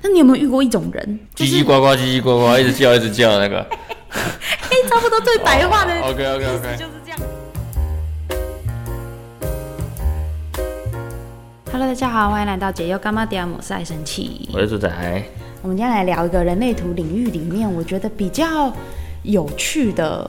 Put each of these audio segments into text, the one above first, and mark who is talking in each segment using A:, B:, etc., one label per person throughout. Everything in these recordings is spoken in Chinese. A: 那你有没有遇过一种人，就
B: 叽
A: 是
B: 叽呱呱，叽叽呱 呱，一直叫一直叫那个。
A: 哎、差不多最白话的
B: OK OK
A: 意
B: 哦 OK
A: 思。就是这样。Hello，大家好，欢迎来到解忧干妈迪亚姆赛神器。
B: 我是猪仔，
A: 我们今天来聊一个人类图领域里面，我觉得比较有趣的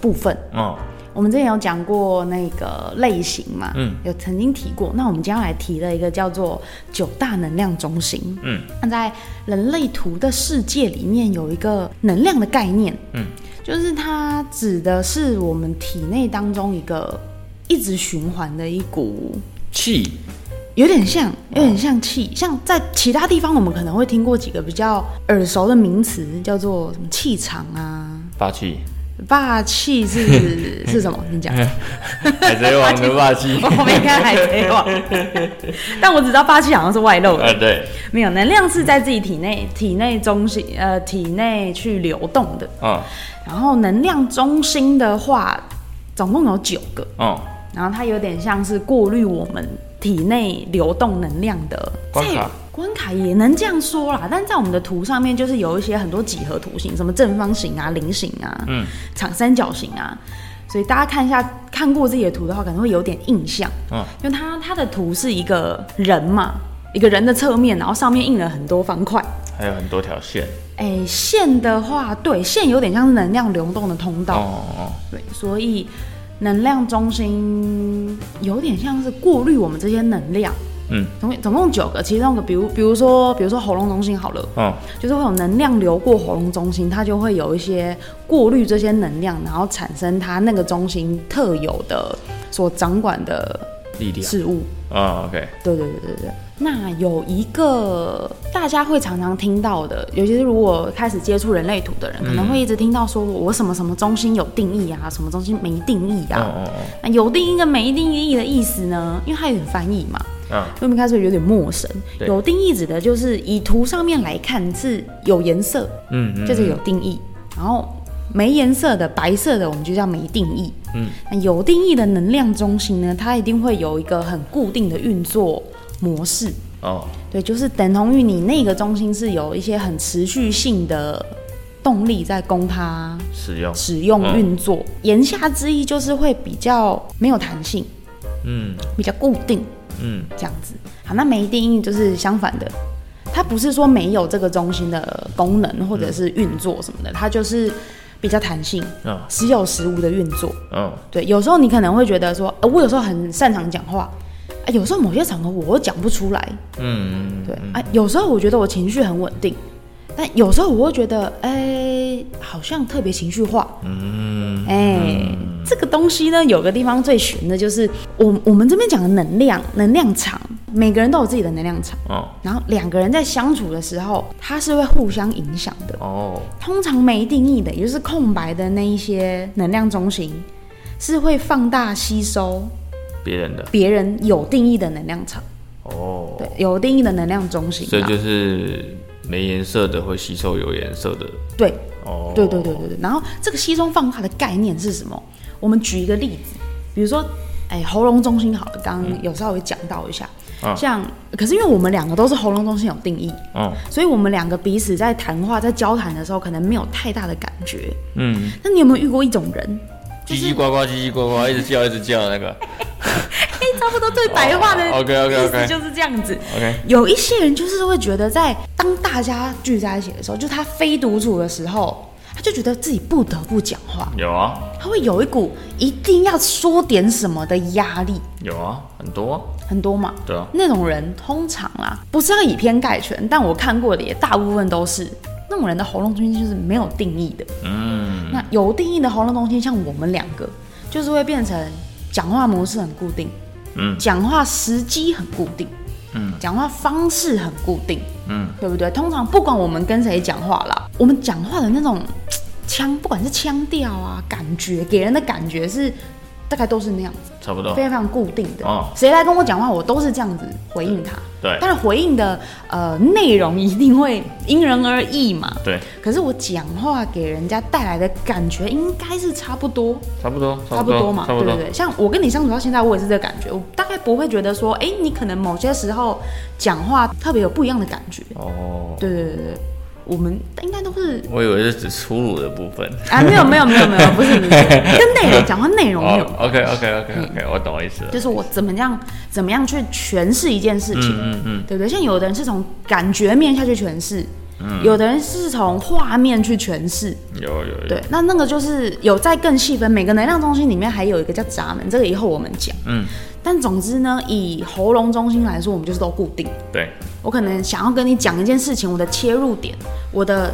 A: 部分。
B: 嗯，
A: 我们之前有讲过那个类型嘛，
B: 嗯，
A: 有曾经提过。那我们今天要来提的一个叫做九大能量中心，
B: 嗯，
A: 那在人类图的世界里面有一个能量的概念，
B: 嗯，
A: 就是它指的是我们体内当中一个一直循环的一股
B: 气，
A: 有点
B: 哦
A: 像，有点像气，像在其他地方我们可能会听过几个比较耳熟的名词，叫做什么气场啊，
B: 霸气，
A: 霸气 是是什么？你讲。。
B: 海贼王的霸气
A: 我没 看海贼王，但我只知道霸气好像是外露
B: 啊
A: 的，，
B: 对，
A: 没有能量是在自己体内体内中心呃体内去流动的。
B: 嗯
A: 然后能量中心的话，总共有九个，
B: 嗯，
A: 然后它有点像是过滤我们体内流动能量的
B: 关卡
A: 在关卡也能这样说啦，但在我们的图上面，就是有一些很多几何图形，什么正方形啊、菱形啊、
B: 嗯，
A: 长三角形啊，所以大家看一下看过自己的图的话，可能会有点印象。
B: 嗯，
A: 因为它它的图是一个人嘛，一个人的侧面，然后上面印了很多方块。
B: 还有很多条线。
A: 哎，线的话，对，线有点像是能量流动的通
B: 哦
A: 道，
B: 哦，
A: 对，所以能量中心有点像是过滤我们这些能量，
B: 嗯
A: 总总共九个，其中一个，比如比如说比如说喉咙中心好了，
B: 嗯
A: 就是会有能量流过喉咙中心，它就会有一些过滤这些能量，然后产生它那个中心特有的所掌管的
B: 力量。
A: 事物。
B: 嗯 OK，
A: 对对对对对。那有一个大家会常常听到的，尤其是如果开始接触人类图的人，可能会一直听到说我什么什么中心有定义啊，什么中心没定义
B: 嗯
A: 啊。
B: 嗯嗯
A: 那有定义跟没定义的意思呢？因为它有点翻译嘛，
B: 嗯，
A: 所以我们开始有点陌生。
B: 对
A: 有定义指的就是以图上面来看是有颜色，
B: 嗯嗯，
A: 就是有定义，然后没颜色的白色的我们就叫没定义。嗯，那有定义的能量中心呢，它一定会有一个很固定的运作模式。
B: 哦，
A: 对，就是等同于你那个中心是有一些很持续性的动力在供它
B: 使用，
A: 使用
B: 嗯
A: 运作。言下之意就是会比较没有弹性，
B: 嗯
A: 比较固定。
B: 嗯
A: 这样子。好，那没定义就是相反的，它不是说没有这个中心的功能或者是运作什么的，它就是比较弹性，
B: 嗯
A: 时有时无的运作。
B: 嗯
A: 对，有时候你可能会觉得说，呃、我有时候很擅长讲话。啊，有时候某些场合我又讲不出来，
B: 嗯，
A: 对、啊，有时候我觉得我情绪很稳定，但有时候我会觉得，哎、好像特别情绪化，
B: 嗯
A: 哎、这个东西呢，有个地方最悬的就是我我们这边讲的能量能量场，每个人都有自己的能量场，
B: 哦
A: 然后两个人在相处的时候，它是会互相影响的。
B: 哦，
A: 通常没定义的，也就是空白的那一些能量中心，是会放大吸收
B: 别人的
A: 别人有定义的能量场，
B: 哦，
A: 对，有定义的能量中心
B: 所以
A: 啊，
B: 就是没颜色的会吸收有颜色的
A: 对，
B: 哦，
A: 对对对对对。然后这个吸收放大的概念是什么？我们举一个例子，比如说，哎，喉咙中心好了，刚刚有稍微讲到一下，
B: 嗯
A: 像可是因为我们两个都是喉咙中心有定义，
B: 嗯
A: 所以我们两个彼此在谈话、在交谈的时候，可能没有太大的感觉。
B: 嗯，
A: 那你有没有遇过一种 人？
B: 叽叽呱呱，叽叽呱呱，一直叫一直叫那个
A: 哎，差不多最白话的、
B: 哦，OK，OK，OK
A: 意思就是这样子。
B: OK，
A: 有一些人就是会觉得，在当大家聚在一起的时候，就他非独处的时候，他就觉得自己不得不讲话。
B: 有啊
A: 他会有一股一定要说点什么的压力，
B: 有啊，很多啊
A: 很多嘛。
B: 对啊，
A: 那种人通常啦，不是要以偏概全，但我看过的也大部分都是那种人的喉咙中心就是没有定义的。
B: 嗯
A: 那有定义的喉咙中心，像我们两个，就是会变成讲话模式很固定，
B: 嗯
A: 讲话时机很固定，
B: 嗯，
A: 讲话方式很固定，
B: 嗯
A: 对不对？通常不管我们跟谁讲话啦，我们讲话的那种腔，不管是腔调啊，感觉给人的感觉是大概都是那样子，
B: 差不多
A: 非。常固定的。
B: 哦
A: 谁来跟我讲话，我都是这样子回应他。
B: 对
A: 当然回应的呃内容一定会因人而异嘛。
B: 对，
A: 可是我讲话给人家带来的感觉应该是差不多，
B: 差不多，
A: 差不
B: 不
A: 多嘛，
B: 差不
A: 对
B: 多
A: 不。对？像我跟你相处到现在，我也是这个感觉，我大概不会觉得说，哎、你可能某些时候讲话特别有不一样的感觉。
B: 哦，
A: 对对对对，我们 应该都是
B: 我以为是指粗鲁的部分。
A: 啊，没有没有没有没有，不是不 是，跟内容讲话内 容没有
B: 哦，OK OK OK OK，我懂意思了。
A: 就是我怎么样怎么样去诠释一件事情，
B: 嗯嗯
A: 对不对？像有的人是从感觉面下去诠释，有的人是从画面去诠释，
B: 嗯，有有有
A: 对。，那那个就是有在更细分，每个能量中心里面还有一个叫闸门，这个以后我们讲。
B: 嗯，
A: 但总之呢，以喉咙中心来说，我们就是都固定。
B: 对，
A: 我可能想要跟你讲一件事情，我的切入点，我的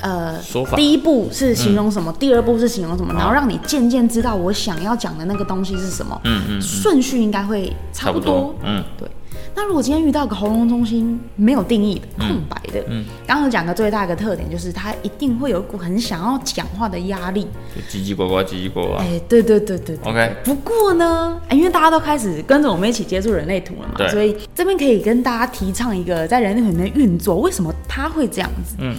A: 呃
B: 说法
A: 第一步是形容什么，第二步是形容什么，然后让你渐渐知道我想要讲的那个东西是什么。嗯嗯，顺序应该会差不多。
B: 嗯，
A: 对。那如果今天遇到个喉咙中心没有定义的、空白的，嗯，刚刚有讲的最大的特点就是它一定会有一股很想要讲话的压力。
B: 就叽叽呱呱，叽叽呱呱
A: 哎、。对对对对对
B: OK，
A: 不过呢，哎，因为大家都开始跟着我们一起接触人类图了嘛，
B: 对
A: 所以这边可以跟大家提倡一个在人类图里面运作，为什么它会这样子？
B: 嗯，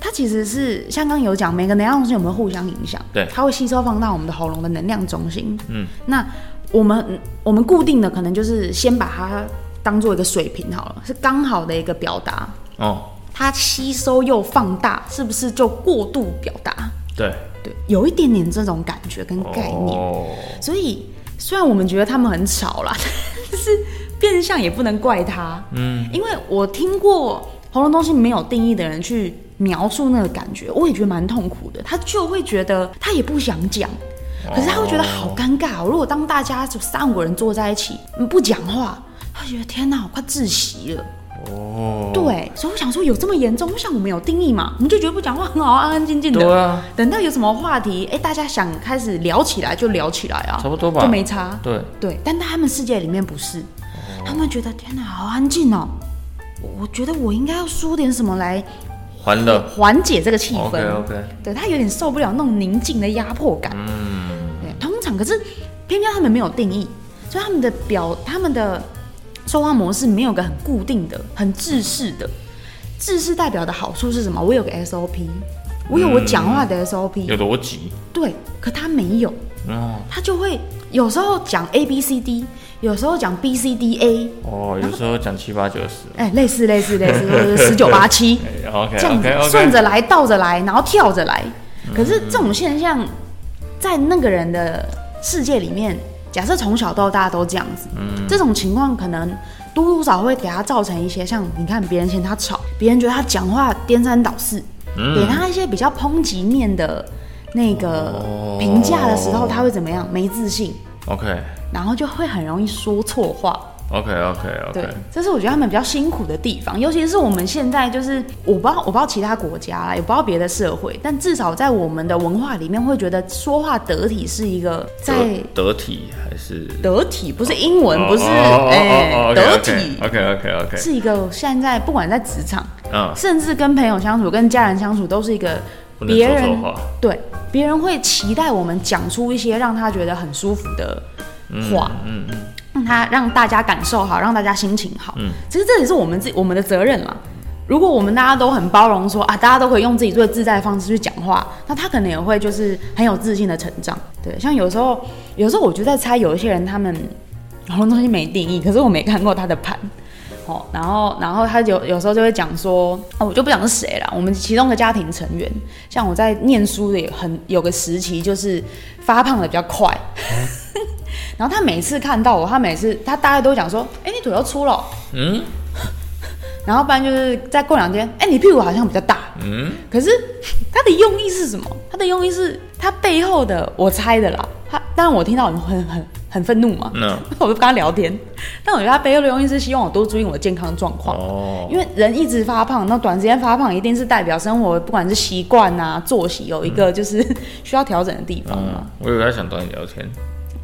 A: 它其实是像刚刚有讲，每个能量中心有没有互相影响？
B: 对
A: 它会吸收放大我们的喉咙的能量中心。
B: 嗯，
A: 那我们我们固定的可能就是先把它当做一个水平好了，是刚好的一个表达。
B: 哦，
A: 它吸收又放大，是不是就过度表达？
B: 对，
A: 对，有一点点这种感觉跟概念。
B: 哦，
A: 所以虽然我们觉得他们很吵啦， 但是变相也不能怪他，嗯，因为我听过喉咙中心没有定义的人去描述那个感觉，我也觉得蛮痛苦的。他就会觉得他也不想讲。
B: 哦
A: 可是他会觉得好尴尬、哦。如果当大家就三五个人坐在一起，嗯不讲话，他觉得天哪，我快窒息了。
B: 哦，
A: 对，所以我想说有这么严重？我想我们有定义嘛，我们就觉得不讲话很好，安安静静的。
B: 对啊，
A: 等到有什么话题，哎、大家想开始聊起来就聊起来啊，
B: 差不多吧
A: 就没差。
B: 对，
A: 对，但他们世界里面不是，
B: 哦
A: 他们觉得天哪，好安静哦。我我觉得我应该要说点什么来
B: 欢乐。
A: 缓解这个气氛。
B: OK OK，
A: 对他有点受不了那种宁静的压迫感。嗯，对，通常可是偏偏他们没有定义，所以他们的表他们的说话模式没有个很固定的、很制式的。制式代表的好处是什么？我有个 SOP，我有我讲话的 SOP，、
B: 有逻辑。
A: 对，可他没有，
B: 哦
A: 他就会有时候讲 A B C D，有时候讲 B C D A，
B: 哦，有时候讲七八九十。
A: 哎、类似类似类似，或者十九八七。
B: 哎 OK 嗯
A: 这样
B: OK
A: 子
B: OK，
A: 顺着来，倒着来，然后跳着来。可是这种现象，在那个人的世界里面，假设从小到大都这样子，
B: 嗯
A: 这种情况可能多多少少会给他造成一些像你看别人嫌他吵，别人觉得他讲话颠三倒四，
B: 嗯
A: 给他一些比较抨击面的那个
B: 哦
A: 评价的时候，他会怎么样？没自信，
B: OK
A: 然后就会很容易说错话。
B: OK OK
A: 对
B: OK，，
A: 这是我觉得他们比较辛苦的地方，尤其是我们现在就是我不知道我不知道其他国家啦，也不知道别的社会，但至少在我们的文化里面会觉得说话得体是一个在
B: 得得体还是
A: 得体，不是英文，
B: 哦
A: 不是哎
B: 哎
A: 得体，
B: OK OK OK，
A: 是一个现在不管在职场，
B: 嗯，
A: 甚至跟朋友相处、跟家人相处，都是一个
B: 不能
A: 别
B: 说
A: 人
B: 错话。
A: 对别人会期待我们讲出一些让他觉得很舒服的话。
B: 嗯嗯，
A: 让他让大家感受好，让大家心情好。其实这也是我们自己我们的责任啦。如果我们大家都很包容说，啊，大家都可以用自己最自在的方式去讲话，那他可能也会就是很有自信的成长。对，像有时候，有时候我就在猜，有一些人他们喉咙东西没定义，可是我没看过他的盘。哦，然后，然后他有有时候就会讲说，哦，我就不讲是谁了。我们其中一个家庭成员，像我在念书的也很有个时期，就是发胖的比较快，
B: 嗯
A: 然后他每次看到我，他每次他大概都会讲说：“哎、你腿又粗了哦。”
B: 嗯
A: 然后不然就是再过两天，哎、你屁股好像比较大。
B: 嗯，
A: 可是他的用意是什么？他的用意是他背后的，我猜的啦。他当然我听到很很很很愤怒嘛，
B: 那
A: 我就跟他聊天。但我觉得他背后的用意是希望我多注意我的健康状况。
B: 哦，
A: 因为人一直发胖，那短时间发胖一定是代表生活不管是习
B: 嗯
A: 惯啊、作息有一个就是 需要调整的地方嘛。
B: 嗯，我以为他想找你聊天，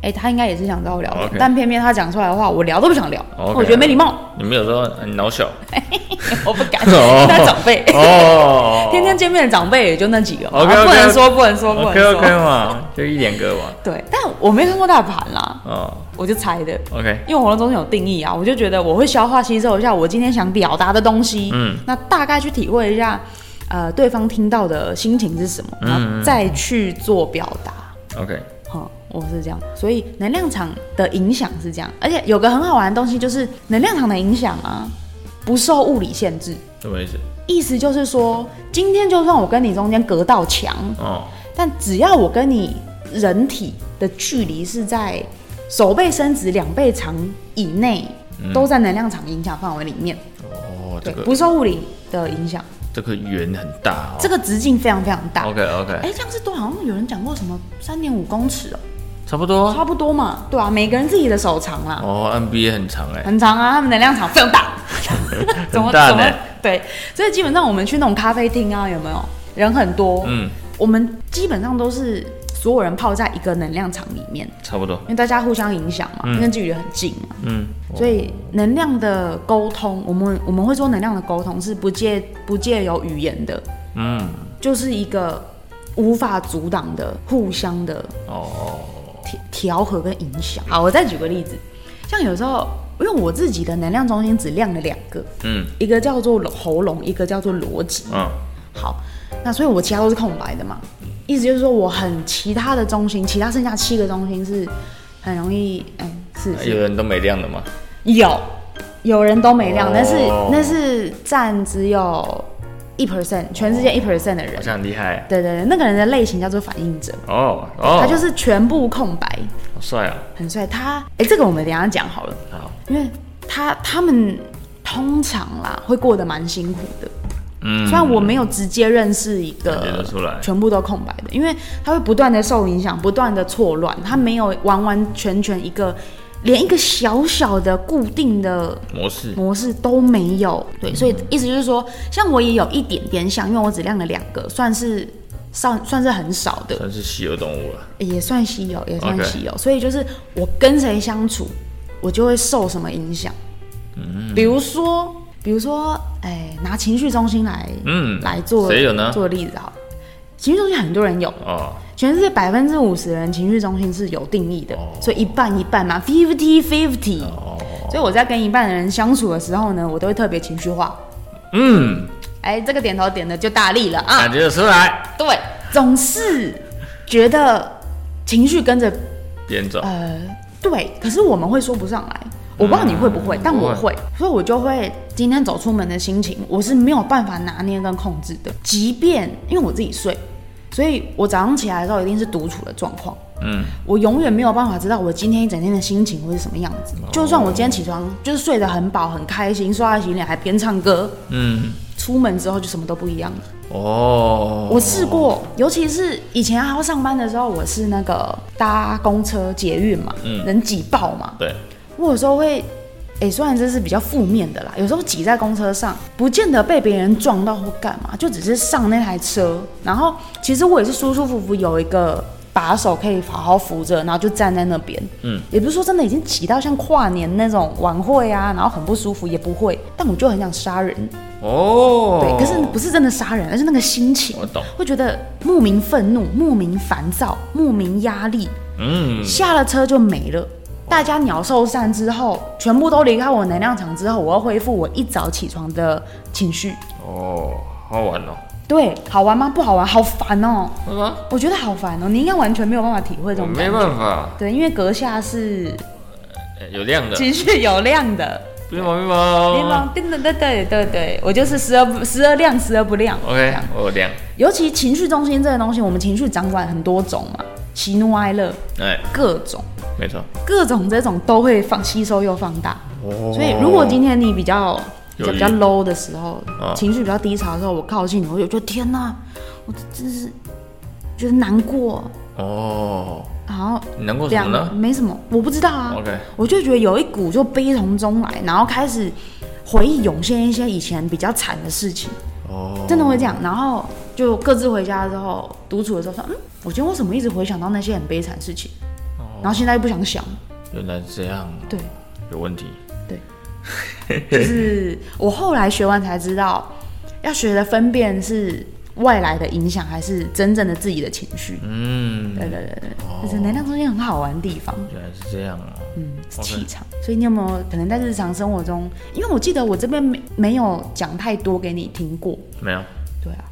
A: 哎、哎、他应该也是想找我聊天
B: 哦 OK 哦
A: 但偏偏他讲出来的话，我聊都不想聊
B: OK
A: 我觉得没礼貌，
B: 你没有说呃你脑小，
A: 我不敢。
B: 哦
A: 那长辈，，
B: 哦
A: 天天见面的长辈也就那几个嘛
B: OK，OK
A: 不能说，不能说，不能
B: OK
A: 说。
B: OK 嘛，就一两个嘛，
A: 对，但我没看过大盘啦，
B: 哦
A: 我就猜的。
B: ，OK，
A: 因为活动中心有定义啊，我就觉得我会消化吸收一下我今天想表达的东西，
B: 嗯，
A: 那大概去体会一下，呃，对方听到的心情是什么，
B: 嗯
A: 然后再去做表达。
B: OK，
A: 嗯，我是这样，所以能量场的影响是这样，而且有个很好玩的东西就是能量场的影响啊，不受物理限制。
B: 什么意思？
A: 意思就是说，今天就算我跟你中间隔道墙，
B: 哦，
A: 但只要我跟你人体的距离是在手背伸直两倍长以内，都在能量场影响范围里面，
B: 哦，嗯这
A: 对，
B: 个
A: 不受物理的影响，
B: 这个圆很大哦，
A: 这个直径非常非常大。
B: 哦 OK OK，
A: 哎，这样是多，好像有人讲过什么三点五公尺哦，
B: 差不多啊。
A: 差不多嘛，对啊，每个人自己的手长啦，
B: 哦，NBA 很长哎，
A: 很长啊，他们能量场非常大， 怎么
B: 很大
A: 怎么
B: 呢
A: 对，所以基本上我们去那种咖啡厅啊，有没有人很多，
B: 嗯，
A: 我们基本上都是所有人泡在一个能量场里面，
B: 差不多，
A: 因为大家互相影响嘛，因为距离很近嘛，
B: 嗯，
A: 所以能量的沟通，我们我们会说能量的沟通是不借不借由语言的，
B: 嗯，
A: 就是一个无法阻挡的互相的
B: 哦，
A: 调调和跟影响。好，我再举个例子，像有时候因为我自己的能量中心只亮了两个，
B: 嗯
A: 一个叫做喉咙，一个叫做逻辑。
B: 嗯，
A: 好，那所以我其他都是空白的嘛，意思就是说我很其他的中心，其他剩下七个中心是很容易，嗯，是是
B: 哎有人都没亮的吗？
A: 有有人都没亮，
B: 哦
A: 但是那是占只有一 percent，全世界一 percent 的人
B: 好。像很厉害
A: 对对对，那个人的类型叫做反应者，
B: 哦哦，
A: 他就是全部空白，
B: 好帅啊，
A: 很帅。他哎，这个我们等一下讲好了，
B: 好，
A: 因为他他们通常啦会过得蛮辛苦的。
B: 嗯，
A: 虽然我没有直接认识一
B: 感觉
A: 个
B: 得出来
A: 全部都空白的，因为他会不断的受影响，不断的错乱，他没有完完全全一个，连一个小小的固定的
B: 模式，
A: 模式都没有。
B: 嗯
A: 对，所以意思就是说，像我也有一点点像，因为我只亮了两个，算是算算是很少的，
B: 算是稀有动物了，
A: 也算稀有，也算
B: OK
A: 稀有。所以就是我跟谁相处，我就会受什么影响。嗯，比如说，比如说，哎，拿情绪中心来，
B: 嗯
A: 来做
B: 谁有呢
A: 做例子好了，情绪中心很多人有，
B: 哦，
A: 全世界百分之五十的人情绪中心是有定义的，
B: 哦
A: 所以一半一半嘛，fifty fifty。所以我在跟一半的人相处的时候呢，我都会特别情绪化。
B: 嗯，
A: 哎，这个点头点的就大力了啊！
B: 感觉得出来，
A: 对，总是觉得情绪跟着
B: 边走，
A: 呃，对，可是我们会说不上来。我不知道你会嗯不会，但我
B: 我
A: 会，所以我就会今天走出门的心情，我是没有办法拿捏跟控制的。即便因为我自己睡，所以我早上起来的时候一定是独处的状况，
B: 嗯，
A: 我永远没有办法知道我今天一整天的心情会是什么样子。
B: 哦
A: 就算我今天起床就是睡得很饱、很开心，刷牙洗脸还边唱歌，
B: 嗯，
A: 出门之后就什么都不一样了。
B: 哦，
A: 我试过，尤其是以前还要上班的时候，我是那个搭公车、捷运嘛，
B: 嗯
A: 人挤爆嘛，
B: 对，
A: 我有时候会，哎、虽然这是比较负面的啦，有时候挤在公车上，不见得被别人撞到或干嘛，就只是上那台车，然后其实我也是舒舒服服有一个把手可以好好扶着，然后就站在那边，
B: 嗯，
A: 也不是说真的已经挤到像跨年那种晚会啊，然后很不舒服也不会，但我就很想杀人，
B: 哦，
A: 对，可是不是真的杀人，而是那个心情
B: 我，懂，
A: 会觉得莫名愤怒、莫名烦躁、莫名压力，
B: 嗯，
A: 下了车就没了。大家鸟兽散之后，全部都离开我能量场之后，我要恢复我一早起床的情绪。
B: 哦，好玩哦，
A: 对，好玩吗？不好玩，好烦哦、
B: 什么？
A: 我觉得好烦哦、你应该完全没有办法体会这
B: 我
A: 种
B: 没
A: 感觉。
B: 办法，
A: 对，因为阁下是
B: 呃有亮的，
A: 情绪有量的，
B: 乒乓乒
A: 联
B: 乓
A: 盟对对对对对对，我就是时而不时而亮，时而不亮。这
B: ，OK，
A: 样
B: 我有亮，
A: 尤其情绪中心这个东西，我们情绪掌管很多种嘛，喜怒哀乐
B: 哎，
A: 各种。
B: 没错，
A: 各种这种都会放吸收又放大。
B: 哦
A: 所以如果今天你比较比
B: 有
A: 较
B: 余
A: 比较 low 的时候，
B: 啊
A: 情绪比较低潮的时候，我靠近你，我就觉得天哪，我真是觉得难过，
B: 哦，
A: 然后
B: 你难过
A: 这
B: 什
A: 样
B: 么呢？哦
A: 没什么，我不知道啊。
B: OK
A: 我就觉得有一股就悲从中来，然后开始回忆涌现一些以前比较惨的事情，
B: 哦，
A: 真的会这样。然后就各自回家之后，独处的时候说，嗯，我今天为什么一直回想到那些很悲惨的事情？
B: 哦
A: 然后现在又不想想，
B: 原来这样
A: 对，
B: 有问题。
A: 就是我后来学完才知道，要学的分辨是外来的影响还是真正的自己的情绪。
B: 嗯，
A: 对对对对，就是能量中间很好玩的地方，
B: 原来是这样啊。
A: 嗯，是
B: OK
A: 气场。所以你有没有可能在日常生活中，因为我记得我这边没没有讲太多给你听过，
B: 没有，
A: 对啊，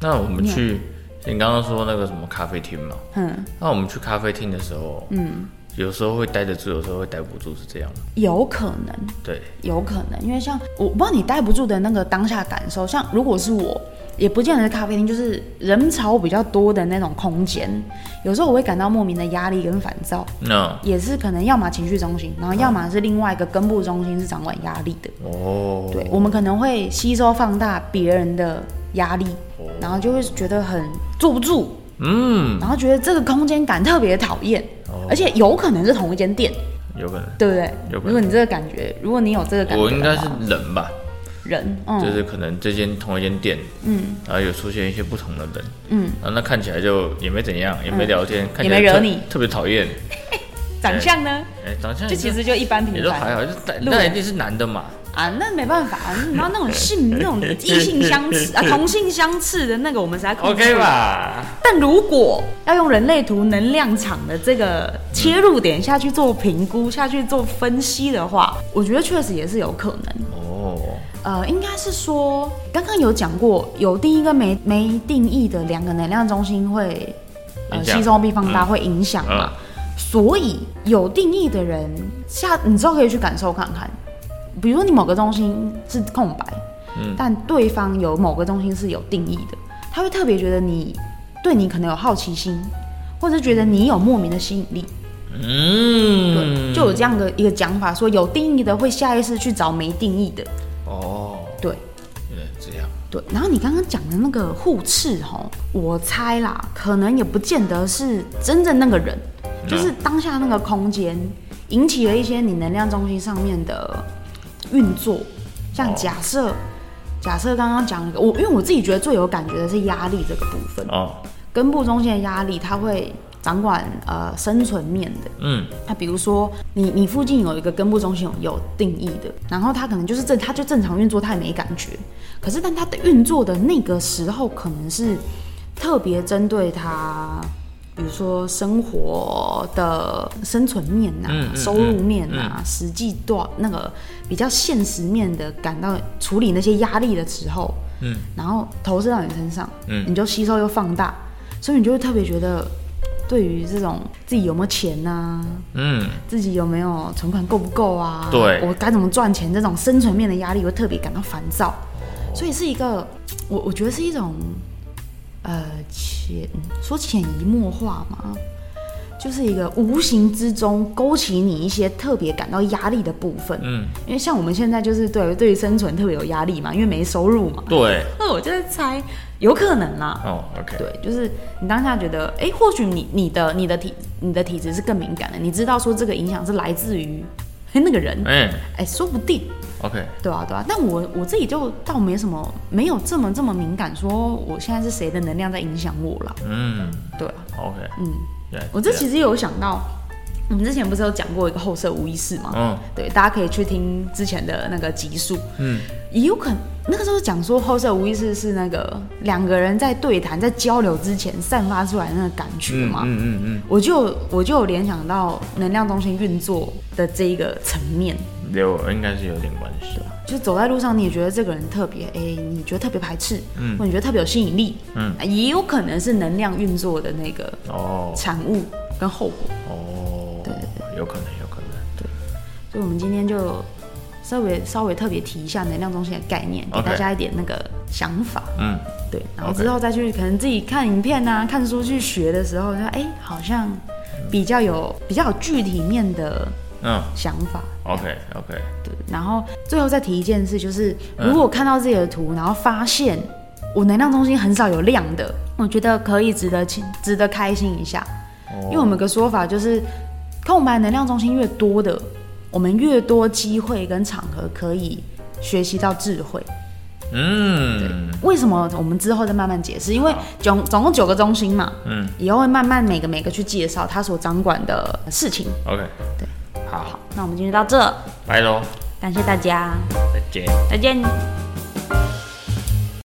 B: 那我们去，你刚刚说那个什么咖啡厅嘛，
A: 嗯，
B: 那我们去咖啡厅的时候，嗯，有时候会待得住，有时候会待不住，是这样吗？
A: 有可能，
B: 对，
A: 有可能，因为像我不知道你待不住的那个当下感受，像如果是我，也不见得是咖啡厅，就是人潮比较多的那种空间，有时候我会感到莫名的压力跟烦躁，
B: 那
A: 也是可能要么情绪中心，然后要么是另外一个根部中心是掌管压力的。
B: 哦，
A: 对，我们可能会吸收放大别人的压力
B: 哦，
A: 然后就会觉得很坐不住，
B: 嗯，
A: 然后觉得这个空间感特别讨厌
B: 哦，
A: 而且有可能是同一间店，
B: 有可能，
A: 对不对？
B: 有可能
A: 如果你这个感觉，如果你有这个感觉的话，
B: 我应该是人吧，
A: 人，嗯，
B: 就是可能这间同一间店，嗯，然后有出现一些不同的人，嗯，然后那看起来就也没怎样，也没聊天，看起来
A: 嗯也没惹
B: 特
A: 你
B: 特别讨厌，
A: 长相呢，
B: 哎，长相
A: 就
B: 也
A: 其
B: 是
A: 实就一般
B: 也
A: 平
B: 都还
A: 凡
B: 好，就但
A: 路人
B: 那一定是男的嘛，
A: 啊，那没办法，你知道那种性那种异性相 斥啊，同性相斥的那个，我们实在控制
B: OK
A: 不了。
B: 吧？
A: 但如果要用人类图能量场的这个切入点下去做评估、下去做分析的话，我觉得确实也是有可能。
B: 哦，
A: 呃，应该是说刚刚有讲过，有定义跟没没定义的两个能量中心会呃
B: 影响嗯
A: 吸收并放大，会影响嘛。所以有定义的人下，你之后可以去感受看看。比如说你某个中心是空白，
B: 嗯
A: 但对方有某个中心是有定义的，他会特别觉得你对你可能有好奇心，或者觉得你有莫名的吸引力。
B: 嗯，
A: 对，就有这样的一个讲法，说有定义的会下意识去找没定义的。
B: 哦，
A: 对，
B: 原来是这样，
A: 对，然后你刚刚讲的那个互斥吼，我猜啦，可能也不见得是真正那个人，就是当下那个空间引起了一些你能量中心上面的运作，像假设。假设刚刚讲了一个，我因为我自己觉得最有感觉的是压力这个部分，
B: 哦，
A: 根部中心的压力，它会掌管呃生存面的，
B: 嗯，
A: 那比如说你你附近有一个根部中心有有定义的，然后它可能就是正它就正常运作，它也没感觉。可是但它的运作的那个时候，可能是特别针对它，比如说生活的生存面呐、
B: 嗯嗯
A: 收入面呐、实际多少那个比较现实面的感到处理那些压力的时候，
B: 嗯，
A: 然后投射到你身上，
B: 嗯
A: 你就吸收又放大，所以你就会特别觉得。对于这种自己有没有钱啊呐、
B: 嗯，
A: 自己有没有存款够不够啊？
B: 对
A: 我该怎么赚钱？这种生存面的压力，我会特别感到烦躁，所以是一个，我我觉得是一种，呃，潜说潜移默化嘛，就是一个无形之中勾起你一些特别感到压力的部分。
B: 嗯，
A: 因为像我们现在就是对对于生存特别有压力嘛，因为没收入嘛。
B: 对，
A: 那 我就在猜，有可能啊啦。
B: 哦，OK，
A: 对，就是你当下觉得，哎、或许你你的你的体你的体质是更敏感的，你知道说这个影响是来自于诶那个人，哎、
B: 嗯
A: 说不定，
B: ，OK，
A: 对啊对啊。但我我自己就倒没什么，没有这么这么敏感，说我现在是谁的能量在影响我了，
B: 嗯
A: 对啊。
B: ，OK，
A: 嗯，
B: 原来是
A: 我这
B: 样
A: 其实有想到，我们之前不是有讲过一个后设无意识吗？
B: 嗯
A: 对，大家可以去听之前的那个集数，
B: 嗯，
A: 也有可能那个时候讲说后设无意识是那个两个人在对谈、在交流之前散发出来的那个感觉
B: 嗯
A: 嘛。
B: 嗯嗯嗯。
A: 我就我就有联想到能量中心运作的这一个层面，
B: 嗯有，应该是有点关系。
A: 就走在路上，你也觉得这个人特别，哎、你觉得特别排斥，嗯，或你觉得特别有吸引力，
B: 嗯，
A: 也有可能是能量运作的那个
B: 哦
A: 产物跟后果。
B: 哦，有可能，有可能。
A: 所以我们今天就稍微稍微特别提一下能量中心的概念，给
B: OK
A: 大家一点那个想法。
B: 嗯，
A: 对，然后
B: OK
A: 之后再去可能自己看影片啊、看书去学的时候，就哎、好像比较有比较有具体面的
B: 嗯
A: 想法。
B: ，OK OK，
A: 对，然后最后再提一件事，就是如果我看到自己的图，然后发现我能量中心很少有亮的，我觉得可以值得庆值得开心一下，因为我们有个说法就是，空白能量中心越多的，我们越多机会跟场合可以学习到智慧。
B: 嗯，
A: 为什么我们之后再慢慢解释？因为总总共九个中心嘛，
B: 嗯
A: 以后会慢慢每个每个去介绍他所掌管的事情。
B: ，OK，
A: 对，
B: 好，
A: 那我们今天就到这，
B: 拜喽，
A: 感谢大家，
B: 再见。
A: 再见。